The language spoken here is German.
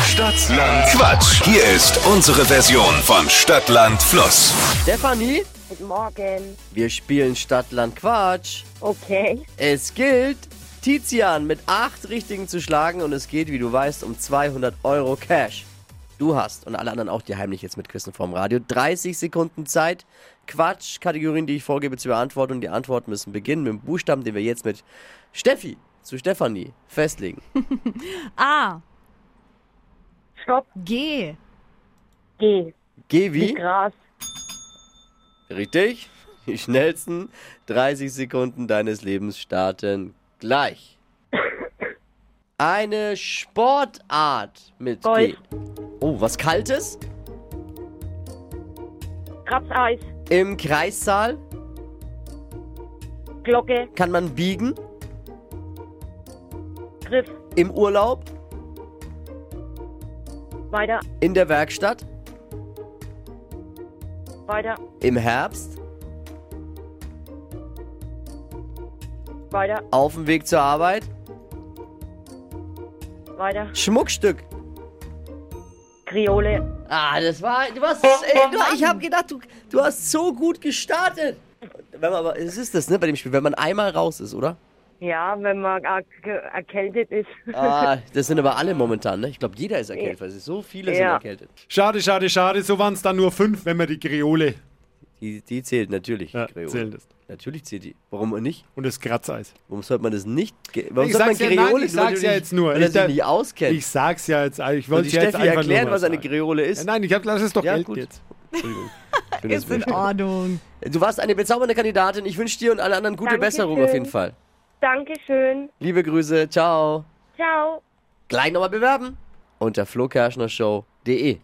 Stadtland Quatsch. Hier ist unsere Version von Stadtland Fluss. Stefanie, Guten Morgen. wir spielen Stadtland Quatsch. Okay. Es gilt, Tizian mit acht Richtigen zu schlagen und es geht, wie du weißt, um 200 Euro Cash. Du hast und alle anderen auch, die heimlich jetzt mitquissen vom Radio, 30 Sekunden Zeit, Quatsch, Kategorien, die ich vorgebe, zu beantworten. Und die Antworten müssen beginnen mit dem Buchstaben, den wir jetzt mit Steffi zu Stefanie festlegen. A. Stopp. G. Geh. Geh wie? Gras. Richtig. Die schnellsten 30 Sekunden deines Lebens starten gleich. Eine Sportart mit Golf. G. Oh, was Kaltes? Krabseis. Im Kreissaal Glocke. kann man biegen. Griff. Im Urlaub, Weiter. in der Werkstatt, Weiter. im Herbst, Weiter. auf dem Weg zur Arbeit. Weiter. Schmuckstück. Kriole. Ah, das war. Du warst. Ey, du, ich habe gedacht, du, du hast so gut gestartet. Wenn man aber. Es ist das, ne, bei dem Spiel, wenn man einmal raus ist, oder? Ja, wenn man er ge- erkältet ist. Ah, das sind aber alle momentan, ne? Ich glaube, jeder ist erkältet, weil es ist so viele sind Ja. erkältet. Schade, schade, schade. So waren es dann nur fünf, wenn man die Kreole Die, die zählt natürlich, ja, Kreole. zählen lässt. Natürlich zählt die. Warum nicht? Und das Kratzeis. Warum sollte man das nicht? ge- Warum Ich sollte man sag's ja, nein, Kreole ich sag's ja natürlich- jetzt nur. Weil er Ich sich sag- nicht auskennt. Ich sag's ja jetzt, ich Soll wollte die ja jetzt Steffi einfach erklären, nur was eine sagen. Kreole ist? Ja, Nein, ich hab, lass es doch Ja, gelten gut. jetzt. Ich finde das Ist in wurscht. Ordnung. du warst eine bezaubernde Kandidatin. Ich wünsche dir und allen anderen gute Dankeschön. Besserung auf jeden Fall. Dankeschön. Liebe Grüße, ciao. Ciao. Gleich nochmal bewerben unter flokerschnershow.de.